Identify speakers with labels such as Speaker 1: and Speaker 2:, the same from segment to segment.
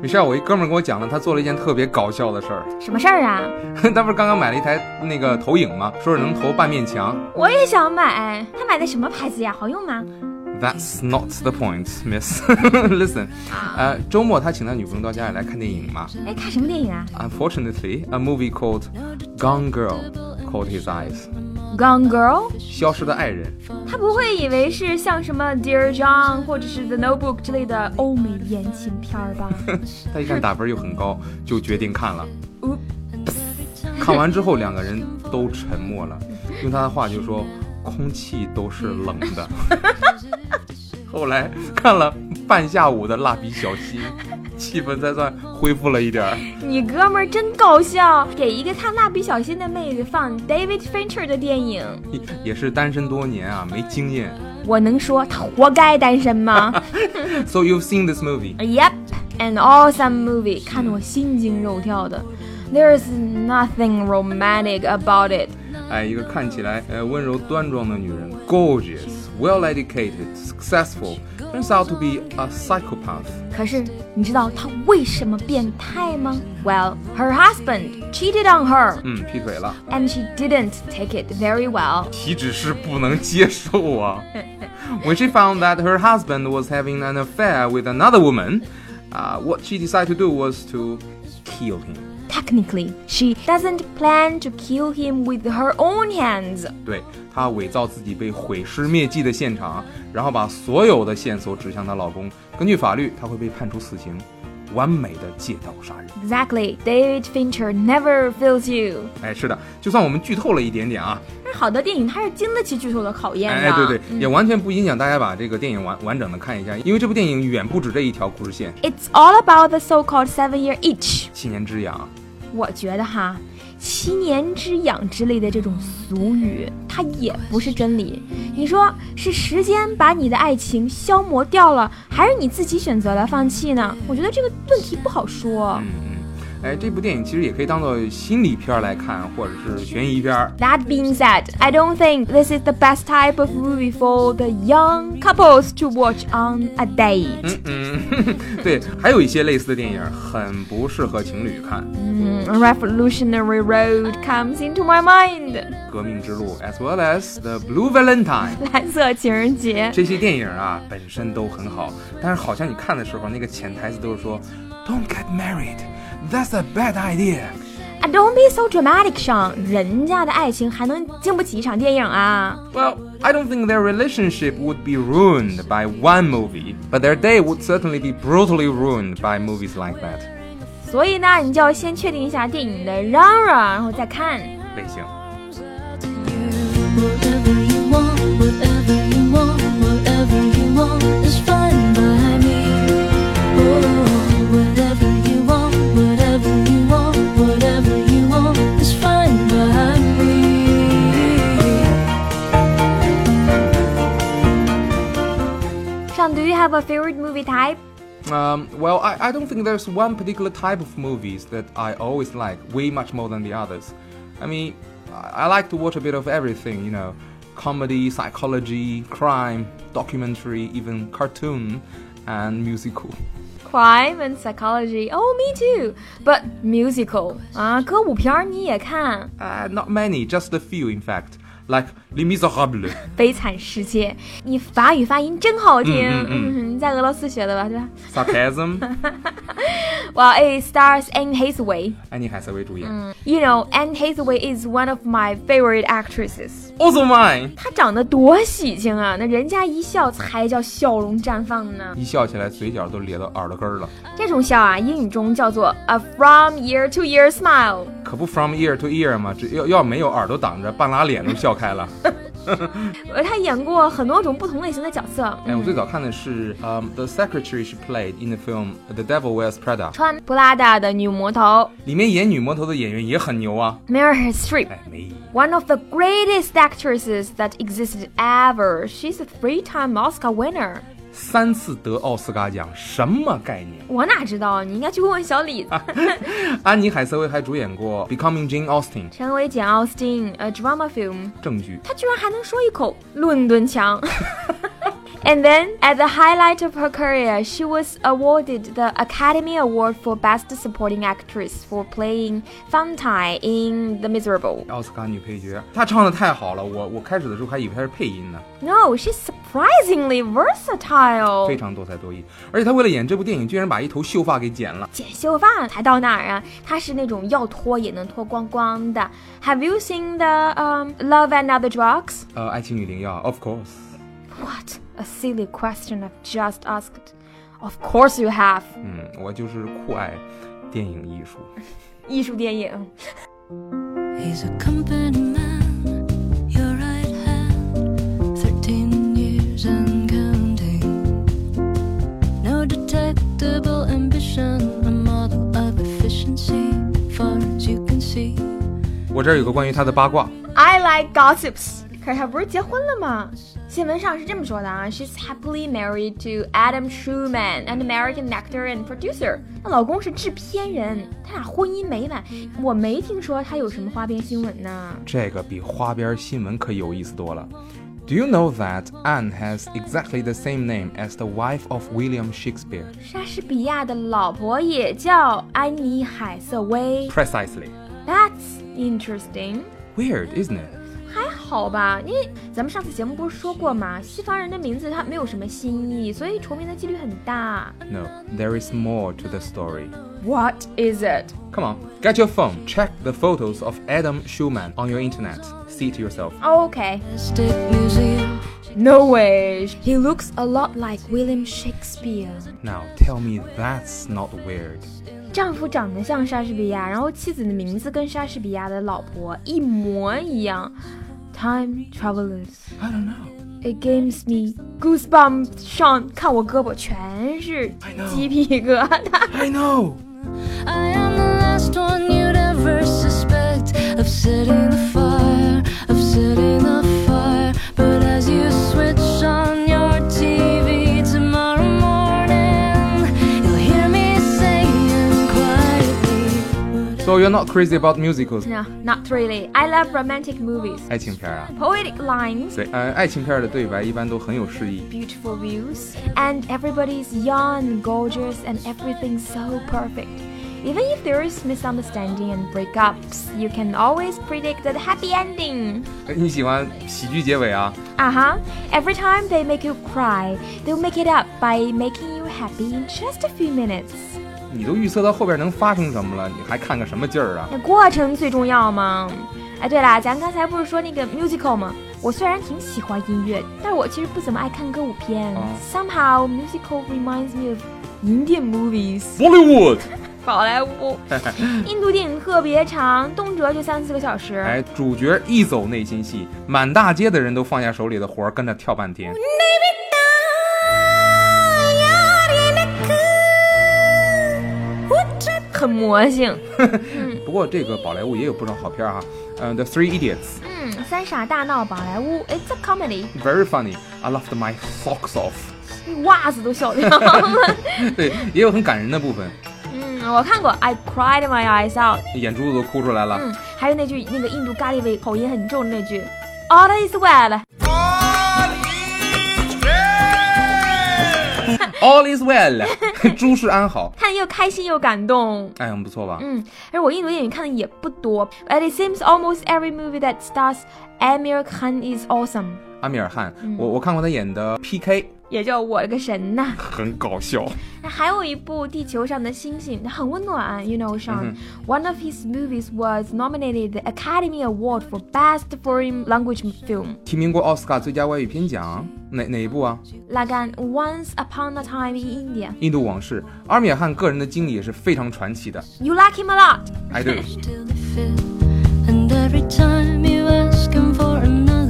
Speaker 1: 没事儿，我一哥们儿跟我讲了，他做了一件特别搞笑的事儿。
Speaker 2: 什么事儿啊？
Speaker 1: 他不是刚刚买了一台那个投影吗？说是能投半面墙。
Speaker 2: 我也想买，他买的什么牌子呀？好用吗？
Speaker 1: That's not the point, miss. Listen，
Speaker 2: 啊，
Speaker 1: 呃，周末他请他女朋友到家里来看电影嘛。
Speaker 2: 哎，看什么电影啊
Speaker 1: Unfortunately, a movie called Gone Girl caught his eyes，
Speaker 2: ？Gone Girl？
Speaker 1: 消失的爱人。
Speaker 2: 他不会以为是像什么 Dear John 或者是 The Notebook 之类的欧美言情片儿吧？
Speaker 1: 他一看打分又很高，就决定看了。
Speaker 2: Oops
Speaker 1: 看完之后，两个人都沉默了。用他的话就说：“空气都是冷的。” 后来看了半下午的《蜡笔小新》，气氛才算恢复了一点儿。
Speaker 2: 你哥们儿真搞笑，给一个看蜡笔小新的妹子放 David Fincher 的电影，
Speaker 1: 也是单身多年啊，没经验。
Speaker 2: 我能说他活该单身吗
Speaker 1: So you've seen this movie?
Speaker 2: ？Yep，an awesome movie，看得我心惊肉跳的。There's nothing romantic about it。
Speaker 1: 哎，一个看起来呃温柔端庄的女人，gorgeous, well educated, successful, turns out to be a psychopath.
Speaker 2: 可是你知道她为什么变态吗？Well, her husband cheated on her,
Speaker 1: 嗯，劈腿了，
Speaker 2: and she didn't take it very well.
Speaker 1: 岂止是不能接受啊！When she found that her husband was having an affair with another woman, uh, what she decided to do was to kill him.
Speaker 2: Technically, she doesn't plan to kill him with her own hands.
Speaker 1: 对她伪造自己被毁尸灭迹的现场，然后把所有的线索指向她老公。根据法律，她会被判处死刑，完美的借刀杀人。
Speaker 2: Exactly, David Fincher never fails you.
Speaker 1: 哎，是的，就算我们剧透了一点点啊，
Speaker 2: 但是好的电影它是经得起剧透的考验的。
Speaker 1: 哎，对对，也完全不影响大家把这个电影完完整的看一下，因为这部电影远不止这一条故事线。
Speaker 2: It's all about the so-called seven year itch。
Speaker 1: 七年之痒，
Speaker 2: 我觉得哈，七年之痒之类的这种俗语，它也不是真理。你说是时间把你的爱情消磨掉了，还是你自己选择了放弃呢？我觉得这个问题不好说。
Speaker 1: 嗯嗯，哎，这部电影其实也可以当做心理片儿来看，或者是悬疑片儿。
Speaker 2: That being said, I don't think this is the best type of movie for the young couples to watch on a date.
Speaker 1: 嗯， 对，还有一些类似的电影很不适合情侣看，
Speaker 2: 嗯 Revolutionary Road comes into my mind.
Speaker 1: 《革命之路》as well as The Blue Valentine。
Speaker 2: 蓝色情人节。
Speaker 1: 这些电影啊本身都很好，但是好像你看的时候，那个潜台词都是说，Don't get married, that's a bad idea。
Speaker 2: 啊，Don't be so dramatic，上人家的爱情还能经不起一场电影啊？
Speaker 1: Well, I don't think their relationship would be ruined by one movie, but their day would certainly be brutally ruined by movies like that.
Speaker 2: 所以呢，你就要先确定一下电影的 genre，然后再看。
Speaker 1: 类型。
Speaker 3: Whatever you want, whatever you want, whatever you want is fine by me. Oh, whatever you want, whatever you want, whatever you want is fine by me.
Speaker 2: 上，Do you have a favorite movie type？
Speaker 1: Um, well, I, I don't think there's one particular type of movies that I always like way much more than the others. I mean, I, I like to watch a bit of everything, you know, comedy, psychology, crime, documentary, even cartoon, and musical.
Speaker 2: Crime and psychology. Oh, me too. But musical 啊，歌舞片儿你也看，
Speaker 1: Uh, not many, just a few, in fact. Like Les Miserables.
Speaker 2: 《悲惨世界》。你法语发音真好听，
Speaker 1: 嗯嗯
Speaker 2: 嗯，你在俄罗斯学的吧，对吧
Speaker 1: Sarcasm,
Speaker 2: ？Well, it stars Anne Hathaway.
Speaker 1: 安妮海瑟薇主演。
Speaker 2: You know, Anne Hathaway is one of my favorite actresses.
Speaker 1: Also mine，
Speaker 2: 她长得多喜庆啊！那人家一笑才叫笑容绽放呢。
Speaker 1: 一笑起来嘴角都咧到耳朵根儿了，
Speaker 2: 这种笑啊，英语中叫做 a from ear to ear smile。
Speaker 1: 可不 from ear to ear 嘛，只要要没有耳朵挡着，半拉脸都笑开了。
Speaker 2: 呃，她演过很多种不同类型的角色，
Speaker 1: 哎，我最早看的是，嗯、t h e secretary she played in the film The Devil Wears Prada，
Speaker 2: 穿普拉达的女魔头
Speaker 1: 里面演女魔头的演员也很牛啊。
Speaker 2: Meryl Streep。
Speaker 1: 哎，没意义。
Speaker 2: One of the greatest actresses that existed ever. She's a three-time Oscar winner.
Speaker 1: 三次得奥斯卡奖，什么概念？
Speaker 2: 我哪知道？你应该去问问小李子。
Speaker 1: 啊安妮海瑟薇还主演过《Becoming Jane Austen》
Speaker 2: 成为简·奥斯汀，a drama film.
Speaker 1: 正剧。
Speaker 2: 他居然还能说一口伦敦腔。 And then, at the highlight of her career, she was awarded the Academy Award for Best Supporting Actress for playing Fantai in The Miserable.
Speaker 1: 奥斯卡女配角，她唱的太好了，我我开始的时候还以为她是配音呢，
Speaker 2: No, she's surprisingly versatile.
Speaker 1: 非常多才多艺。而且她为了演这部电影，居然把一头秀发给剪了。
Speaker 2: 剪秀发才到哪儿啊？她是那种要脱也能脱光光的。Have you seen the um Love and Other Drugs?
Speaker 1: 呃，爱情女灵药，of course，
Speaker 2: What a silly question I've just asked. Of course you have.
Speaker 1: 嗯，我就是酷爱电影艺术。
Speaker 2: 艺术电影
Speaker 3: He's a company man, your right hand, 13 years and counting. No detectable ambition, a model of efficiency, far as you can see.
Speaker 1: 我这儿有个关于她的八卦，
Speaker 2: ，I like gossips. 可是她不是结婚了吗？新闻上是这么说的啊，She's happily married to Adam Schuman, an American actor and producer. 她老公是制片人，他俩婚姻美满。我没听说她有什么花边新闻呢。
Speaker 1: 这个比花边新闻可有意思多了。Do you know that Anne has exactly the same name as the wife of William Shakespeare?
Speaker 2: 莎士比亚的老婆也叫安妮·海瑟薇。
Speaker 1: Precisely.
Speaker 2: That's interesting。
Speaker 1: Weird, isn't it?
Speaker 2: 还好吧，因为咱们上次节目不是说过嘛，西方人的名字它没有什么新意，所以重名的几率很大。
Speaker 1: No, there is more to the story.
Speaker 2: What is it？
Speaker 1: Come on, get your phone, check the photos of Adam Schumann on your internet. See to yourself.
Speaker 2: Okay.
Speaker 3: Stick museum.
Speaker 2: No way. He looks a lot like William Shakespeare.
Speaker 1: Now tell me that's not weird.
Speaker 2: 丈夫长得像莎士比亚，然后妻子的名字跟莎士比亚的老婆一模一样。Time travelers.
Speaker 1: I don't know.
Speaker 2: It gives me goosebumps. Sean，看我胳膊全是
Speaker 1: I know.
Speaker 2: 鸡皮疙瘩。
Speaker 1: I know.
Speaker 3: I am the last one you'd ever suspect of setting the fire, of setting the fire. But as you switch on your TV tomorrow morning, you'll hear me saying quietly.
Speaker 1: So you're not crazy about musicals?
Speaker 2: No, not really. I love romantic movies,
Speaker 1: 爱情片啊？
Speaker 2: poetic lines,
Speaker 1: 对，呃，爱情片的对白一般都很有诗意。
Speaker 2: beautiful views, and everybody's young, gorgeous, and everything's so perfect. Even if there is misunderstanding and breakups, you can always predict the happy ending.
Speaker 1: 呃你喜欢喜剧结尾啊？
Speaker 2: Uh huh. Every time they make you cry, they'll make it up by making you happy in just a few minutes.
Speaker 1: 你都预测到后边能发生什么了，你还看个什么劲儿 啊？
Speaker 2: 那过程最重要嘛。哎，对啦，咱刚才不是说那个 musical 吗？我虽然挺喜欢音乐，但是我其实不怎么爱看歌舞片。
Speaker 1: 哦
Speaker 2: Somehow musical reminds me of Indian movies，
Speaker 1: Bollywood，
Speaker 2: 好莱坞。印度电影特别长，动辄就三四个小时。
Speaker 1: 哎，主角一走内心戏，满大街的人都放下手里的活儿，跟着跳半
Speaker 2: 哦
Speaker 1: 天。
Speaker 2: 很魔性。
Speaker 1: 不过这个宝莱坞也有不少好片儿啊，嗯，《The Three Idiots》
Speaker 2: 嗯，三傻大闹宝莱坞，It's a comedy，
Speaker 1: very funny. I laughed my socks off.
Speaker 2: 袜子都笑掉 了。
Speaker 1: 对，也有很感人的部分，
Speaker 2: 嗯，我看过，I cried my eyes out。
Speaker 1: 眼珠子都哭出来了。
Speaker 2: 嗯，还有那句那个印度咖喱味口音很重的那句，All is well。
Speaker 1: All is well，诸事安好。
Speaker 2: 看又开心又感动。
Speaker 1: 哎，很不错吧？
Speaker 2: 嗯，而我印度电影看的也不多，but it seems almost every movie that stars Amir Khan is awesome，
Speaker 1: 阿米尔汗，
Speaker 2: 嗯
Speaker 1: 我我看过他演的 PK，
Speaker 2: 也叫我了个神呐！
Speaker 1: 很搞笑。
Speaker 2: 那还有一部《地球上的星星》，它很温暖，you know Sean、One of his movies was nominated the Academy Award for Best Foreign Language Film。
Speaker 1: 提名过奥斯卡最佳外语片奖，哪哪一部啊？
Speaker 2: 拉杆 Once Upon a Time in India。
Speaker 1: 《印度往事》。阿米尔汗个人的经历也是非常传奇的。
Speaker 2: You like him a lot。
Speaker 1: 哎，对，
Speaker 3: Till they fit, and every time you ask him for another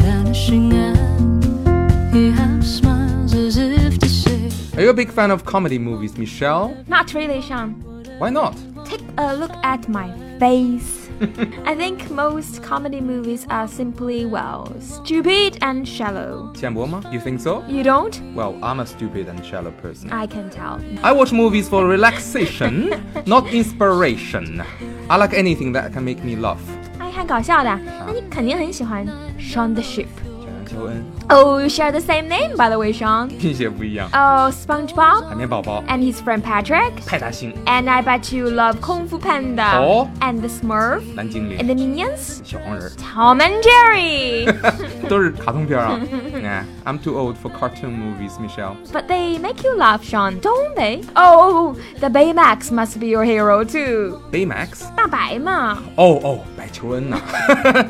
Speaker 3: vanishing act, he half smiles as if to say.
Speaker 1: Are you a big fan of comedy movies, Michelle?
Speaker 2: Not really Sean。
Speaker 1: Why not?
Speaker 2: Take a look at my face. I think most comedy movies are simply, well, stupid and shallow.
Speaker 1: 浅薄吗？You think so?
Speaker 2: You don't?
Speaker 1: Well, I'm a stupid and shallow person.
Speaker 2: I can tell.
Speaker 1: I watch movies for relaxation, not inspiration. I like anything that can make me laugh.
Speaker 2: 哎，还搞笑的，那你肯定很喜欢《Shaun the Sheep》。
Speaker 1: 想想求恩，
Speaker 2: Oh, you share the same name, by the way, Sean.
Speaker 1: 拼写不一样。
Speaker 2: Oh, SpongeBob
Speaker 1: 海绵宝宝，
Speaker 2: and his friend Patrick.
Speaker 1: 派大星，
Speaker 2: And I bet you love Kung Fu Panda.
Speaker 1: Oh.
Speaker 2: And the Smurf.
Speaker 1: 蓝精灵
Speaker 2: And，the Minions.
Speaker 1: 小黄人儿。
Speaker 2: Tom and Jerry.
Speaker 1: 都是卡通片儿啊。哎，I'm too old for cartoon movies, Michelle。
Speaker 2: but they make you laugh, Sean, don't they? Oh, the Baymax must be your hero too.
Speaker 1: Baymax。
Speaker 2: 大白嘛。
Speaker 1: 哦哦，白求恩 呐。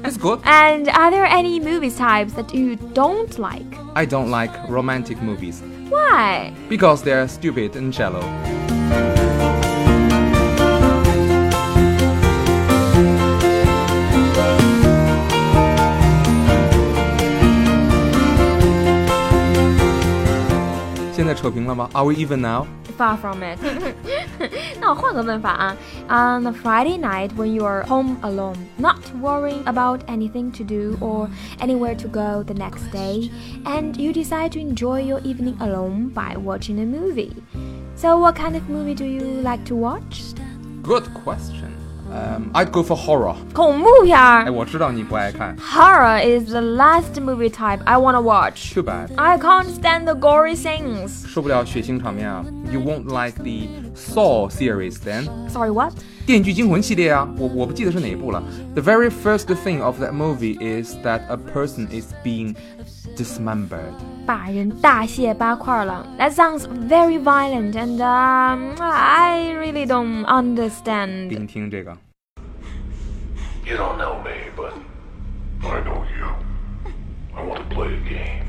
Speaker 1: It's good.
Speaker 2: And are there any movie types that you don't like?
Speaker 1: I don't like romantic movies
Speaker 2: Why?
Speaker 1: because they're stupid and shallow. Are we even now?
Speaker 2: Far from it. 那我换个问法啊。On a Friday night when you are home alone, not worrying about anything to do or anywhere to go the next day, and you decide to enjoy your evening alone by watching a movie. So, what kind of movie do you like to watch?
Speaker 1: Good question. Um, I'd go for horror. 哎，
Speaker 2: 恐怖片儿。
Speaker 1: 我知道你不爱看。
Speaker 2: Horror is the last movie type I wanna watch.
Speaker 1: Too bad.
Speaker 2: I can't stand the gory things.
Speaker 1: 受不了血腥场面啊！You won't like the Saw series then？
Speaker 2: Sorry, what?
Speaker 1: 电锯惊魂系列啊，我我不记得是哪一部了。The very first thing of that movie is that a person is being dismembered。
Speaker 2: That sounds very violent, and um, I really don't
Speaker 1: 听
Speaker 2: understand.
Speaker 1: 听这个
Speaker 4: You don't know me, but I know you. I want to play a game.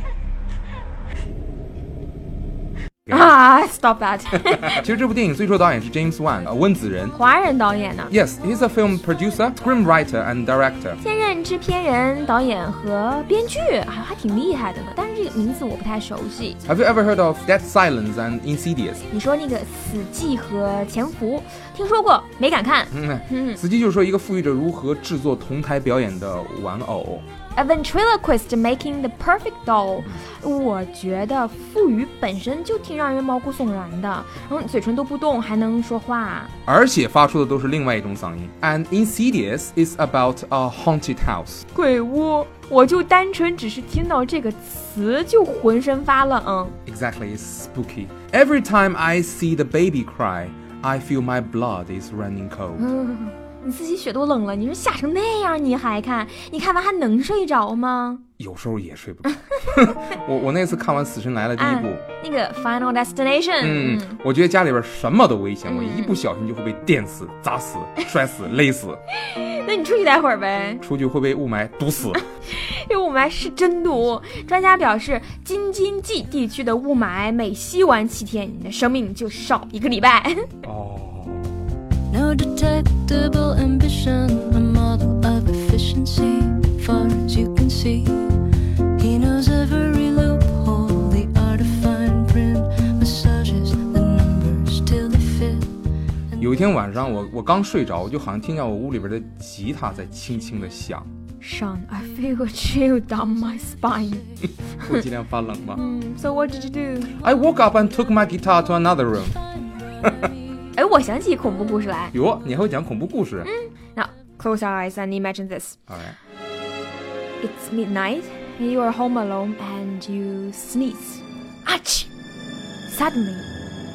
Speaker 2: Ah, stop that.
Speaker 1: 其实这部电影最初的导演是 James Wan，呃，温子仁。
Speaker 2: 华人导演呢？现任制片人、导演和编剧。
Speaker 1: Yes, he's a film producer, screenwriter, and director.
Speaker 2: 还-还挺厉害的呢，但是这个名字我不太熟悉。
Speaker 1: Have you ever heard of Dead Silence and Insidious？
Speaker 2: 你说那个《死寂》和《潜伏》，听说过，没敢看。A
Speaker 1: 嗯，死寂就是说一个赋予着如何制作同台表演的玩偶。
Speaker 2: ventriloquist making the perfect doll，我觉得腹语本身就挺让人毛骨悚然的，然后你嘴唇都不动还能说话。
Speaker 1: 而且发出的都是另外一种嗓音。And Insidious is about a haunted house。
Speaker 2: 鬼屋，我就单纯只是听到这个词就浑身发冷。
Speaker 1: Exactly, it's spooky. Every time I see the baby cry, I feel my blood is running cold.
Speaker 2: 你自己血都冷了，你说吓成那样你还看？你看完还能睡着吗？
Speaker 1: 有时候也睡不着。 我我那次看完《死神来了》第一 部，
Speaker 2: 啊那个 Final Destination，
Speaker 1: 嗯，我觉得家里边什么都危险，我一不小心就会被电死、砸死、摔死、勒死，
Speaker 2: 那你出去待会儿呗。
Speaker 1: 出去会被雾霾毒死。
Speaker 2: 这雾霾是真毒，专家表示，京津冀地区的雾霾每吸完七天，你的生命就少一个礼拜。
Speaker 1: 哦，
Speaker 3: No detectable ambition, a model of efficiency, far as you can see. He knows every loophole, the art of fine print, massages the numbers till they fit.
Speaker 1: 有一天晚上我我刚睡着，我就好像听见我屋里边的吉他在轻轻的响，
Speaker 2: Sean, I feel a chill down my spine.
Speaker 1: 会尽量发冷吗
Speaker 2: 嗯 So what did you do?
Speaker 1: ？I woke up and took my guitar to another room。
Speaker 2: 哎，我想起恐怖故事来。
Speaker 1: 哟，你还会讲恐怖故事？
Speaker 2: Now, close your eyes and imagine this.
Speaker 1: 好嘞。
Speaker 2: It's midnight, and you are home alone, and you sneeze. Ouch! Suddenly,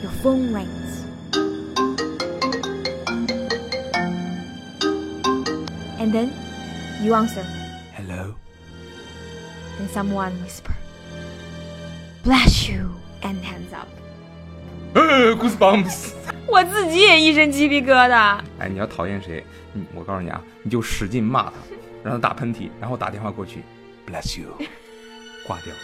Speaker 2: your phone rings. And then you answer,
Speaker 1: Hello.
Speaker 2: and someone whispers, Bless you, and hands up.
Speaker 1: Goosebumps。
Speaker 2: 我自己也一身鸡皮疙瘩。
Speaker 1: 哎，你要讨厌谁，嗯，我告诉你啊，你就使劲骂他，让他打喷嚏，然后打电话过去，Bless you，挂掉。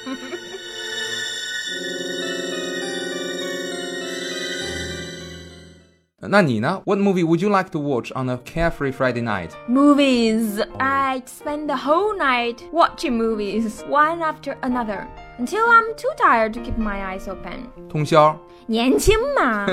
Speaker 1: 那你呢？What movie would you like to watch on a carefree Friday night？
Speaker 2: Movies. I spend the whole night watching movies, one after another, until I'm too tired to keep my eyes open.
Speaker 1: 通宵？
Speaker 2: 年轻嘛。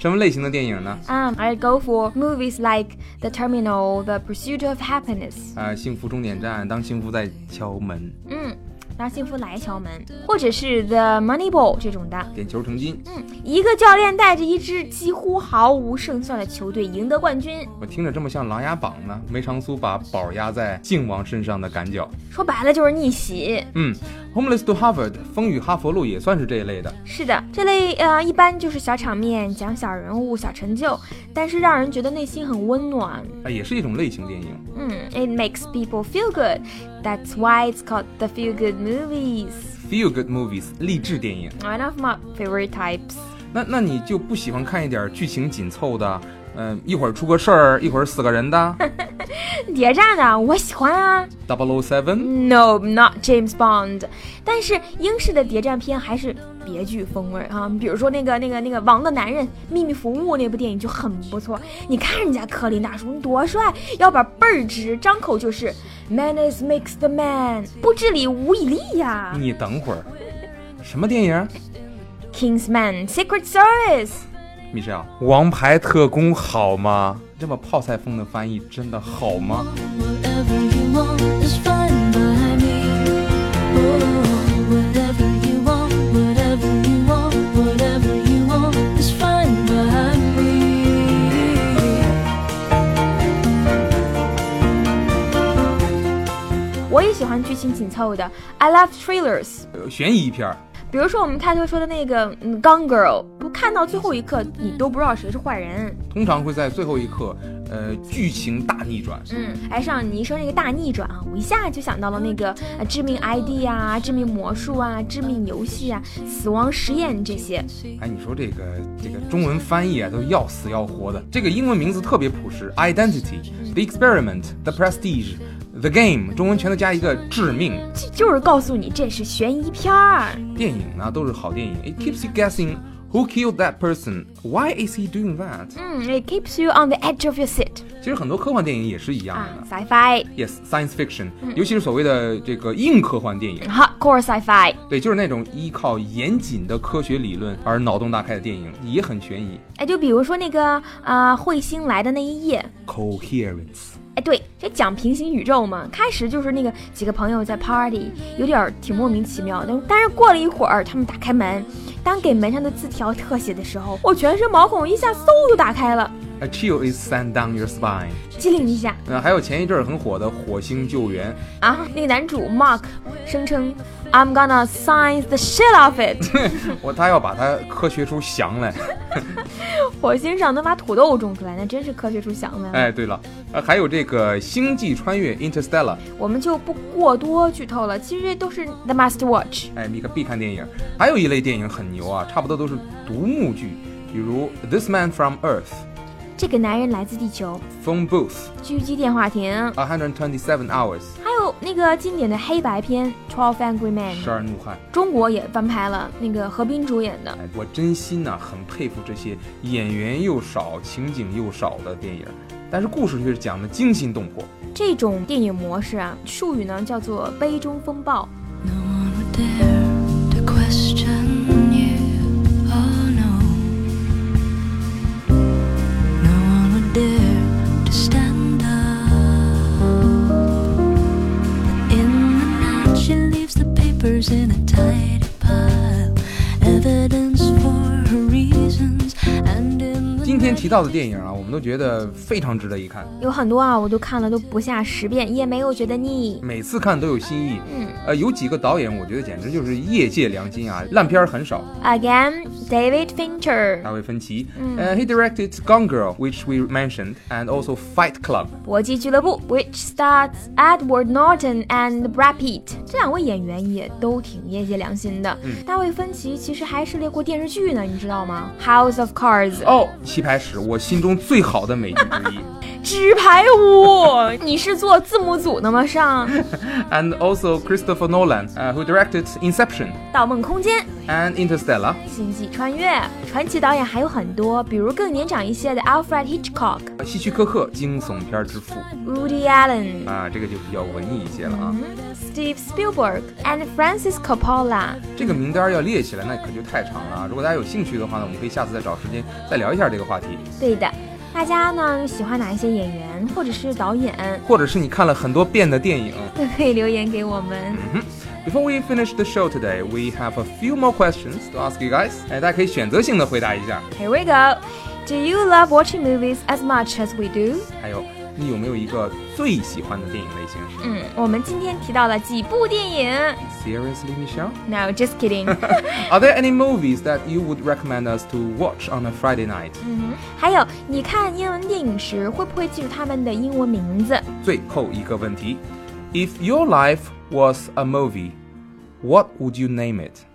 Speaker 1: 什么类型的电影呢？
Speaker 2: um, I go for movies like The Terminal, The Pursuit of Happiness.
Speaker 1: 啊、幸福终点站，当幸福在敲门，
Speaker 2: 嗯，让幸福来敲门，或者是 The Moneyball 这种的。
Speaker 1: 点球成金。
Speaker 2: 嗯，一个教练带着一支几乎毫无胜算的球队赢得冠军。
Speaker 1: 我听着这么像《琅琊榜》呢。梅长苏把宝儿压在靖王身上的赶脚，
Speaker 2: 说白了就是逆袭。
Speaker 1: 嗯，Homeless to Harvard，风雨哈佛路也算是这一类的。
Speaker 2: 是的，这类呃一般就是小场面，讲小人物、小成就，但是让人觉得内心很温暖。
Speaker 1: 啊，也是一种类型电影。
Speaker 2: 嗯，It makes people feel good. That's why it's called the feel good movies.
Speaker 1: Feel good movies，励志电影。
Speaker 2: One of my favorite types.
Speaker 1: 那那你就不喜欢看一点剧情紧凑的？嗯、一会儿出个事儿，一会儿死个人的。
Speaker 2: 谍战的我喜欢啊。
Speaker 1: Double O Seven，
Speaker 2: No, not James Bond。但是英式的谍战片还是别具风味儿啊，比如说那个那个那个《王的男人》《秘密服务》那部电影就很不错。你看人家科林大叔多帅，腰板倍儿直，张口就是 “Man is makes the man”，不知礼无以立呀。
Speaker 1: 你等会儿，什么电影？
Speaker 2: Kingsman Secret Service，
Speaker 1: 米少，王牌特工好吗？这么泡菜风的翻译真的好吗？
Speaker 3: Whatever you want is fine by me. Oh, whatever you want, whatever you want, whatever you want is fine by me.
Speaker 2: 我也喜欢剧情紧凑的，I love thrillers。
Speaker 1: 呃悬疑片儿，
Speaker 2: 比如说我们开头说的那个嗯《Gone Girl》，不看到最后一刻，你都不知道谁是坏人。
Speaker 1: 通常会在最后一刻，呃，剧情大逆转。
Speaker 2: 嗯，哎，上你一说那个大逆转啊，我一下就想到了那个呃致命 ID 啊、致命魔术啊、致命游戏啊、死亡实验这些。
Speaker 1: 哎，你说这个这个中文翻译啊，都要死要活的。这个英文名字特别朴实：Identity、The Experiment、The Prestige、The Game，中文全都加一个致命。
Speaker 2: 这就是告诉你这是悬疑片儿。
Speaker 1: 电影呢都是好电影，It keeps you guessing who killed that person, why is he doing that？
Speaker 2: 嗯，It keeps you on the edge of your seat
Speaker 1: 其实很多科幻电影也是一样
Speaker 2: 啊
Speaker 1: 的。
Speaker 2: ，sci-fi，
Speaker 1: Yes, science fiction，尤其是所谓的这个硬科幻电影，
Speaker 2: hardcore sci-fi。
Speaker 1: 对，就是那种依靠严谨的科学理论而脑洞大开的电影，也很悬疑。
Speaker 2: 哎，就比如说那个啊、呃彗星来的那一夜。
Speaker 1: Coherence，
Speaker 2: 哎，对，这讲平行宇宙嘛，开始就是那个几个朋友在 party，有点儿挺莫名其妙的。但是过了一会儿，他们打开门，当给门上的字条特写的时候，我全身毛孔一下嗖就打开了，
Speaker 1: a chill is sent down your spine。
Speaker 2: 机灵一下
Speaker 1: 嗯，还有前一阵儿很火的《火星救援
Speaker 2: 啊！那个男主 Mark 声称 I'm gonna science the shit off it，》，
Speaker 1: 我他要把它科学出翔来。
Speaker 2: 火星上能把土豆种出来，那真是科学出翔了。
Speaker 1: 哎，对了，呃，还有这个《星际穿越》（Interstellar），
Speaker 2: 我们就不过多剧透了，其实这都是 the must watch。
Speaker 1: 哎，一个必看电影。还有一类电影很牛啊，差不多都是独幕剧，比如《This Man from Earth》
Speaker 2: 这个男人来自地球，
Speaker 1: 《Phone Booth》
Speaker 2: 狙击电话亭。
Speaker 1: 《127 Hours》。
Speaker 2: 还有那个经典的黑白片《Twelve
Speaker 1: 十
Speaker 2: Angry Men》，
Speaker 1: 二怒汉，
Speaker 2: 中国也翻拍了，那个何冰主演的。
Speaker 1: 哎，我真心呐、很佩服这些演员又少、情景又少的电影，但是故事却是讲的惊心动魄。
Speaker 2: 这种电影模式啊，术语呢叫做“杯中风暴
Speaker 3: No one would dare to question you. Oh no. No one would dare to stand up. In the night, she leaves the papers in a tidy pile, evidence for her reasons. And in the
Speaker 1: 今天提
Speaker 3: night,
Speaker 1: 到的电影啊，我们都觉得非常值得一看，”，
Speaker 2: 有很多啊，我都看了都不下十遍，也没有觉得腻。
Speaker 1: 每次看都有新意。
Speaker 2: 嗯
Speaker 1: 呃，有几个导演，我觉得简直就是业界良心啊，烂片儿很少。
Speaker 2: Again, David Fincher，
Speaker 1: 大卫芬奇，
Speaker 2: 嗯
Speaker 1: 呃、h e directed Gone Girl, which we mentioned, and also Fight Club。
Speaker 2: 《搏击俱乐部》，which stars Edward Norton and Brad Pitt，这两位演员也都挺业界良心的。大卫芬奇其实还涉猎过电视剧呢，你知道吗？House of Cards，
Speaker 1: 哦，《棋牌室》，我心中最好的美剧 之一
Speaker 2: 纸牌屋，你是做字幕组的吗？上《
Speaker 1: ，and also Christopher Nolan，呃、w h o directed Inception
Speaker 2: 盗梦空间》
Speaker 1: and Interstellar。
Speaker 2: 《星际穿越》，传奇导演还有很多，比如更年长一些的 Alfred Hitchcock、
Speaker 1: 希区柯克惊悚片之父
Speaker 2: Woody Allen、
Speaker 1: 啊，这个就比较文艺一些了啊。
Speaker 2: 嗯 Steve Spielberg and Francis Coppola。
Speaker 1: 这个名单要列起来，那可就太长了啊。如果大家有兴趣的话呢，我们可以下次再找时间再聊一下这个话题。
Speaker 2: 对的，大家呢喜欢哪一些演员或者是导演，
Speaker 1: 或者是你看了很多遍的电影，
Speaker 2: 都可以留言给我们。
Speaker 1: 嗯哼。 Before we finish the show today, we have a few more questions to ask you guys. 哎，大家可以选择性的回答一下。
Speaker 2: Here we go. Do you love watching movies as much as we do？
Speaker 1: 还有，你有没有一个最喜欢的电影类型
Speaker 2: 嗯，我们今天提到了几部电影。
Speaker 1: ？Seriously, Michelle?
Speaker 2: No, just kidding。
Speaker 1: Are there any movies that you would recommend us to watch on a Friday night?
Speaker 2: 还有，你看英文电影时会不会记住他们的英文名字？
Speaker 1: 最后一个问题，If your life was a movie, what would you name it?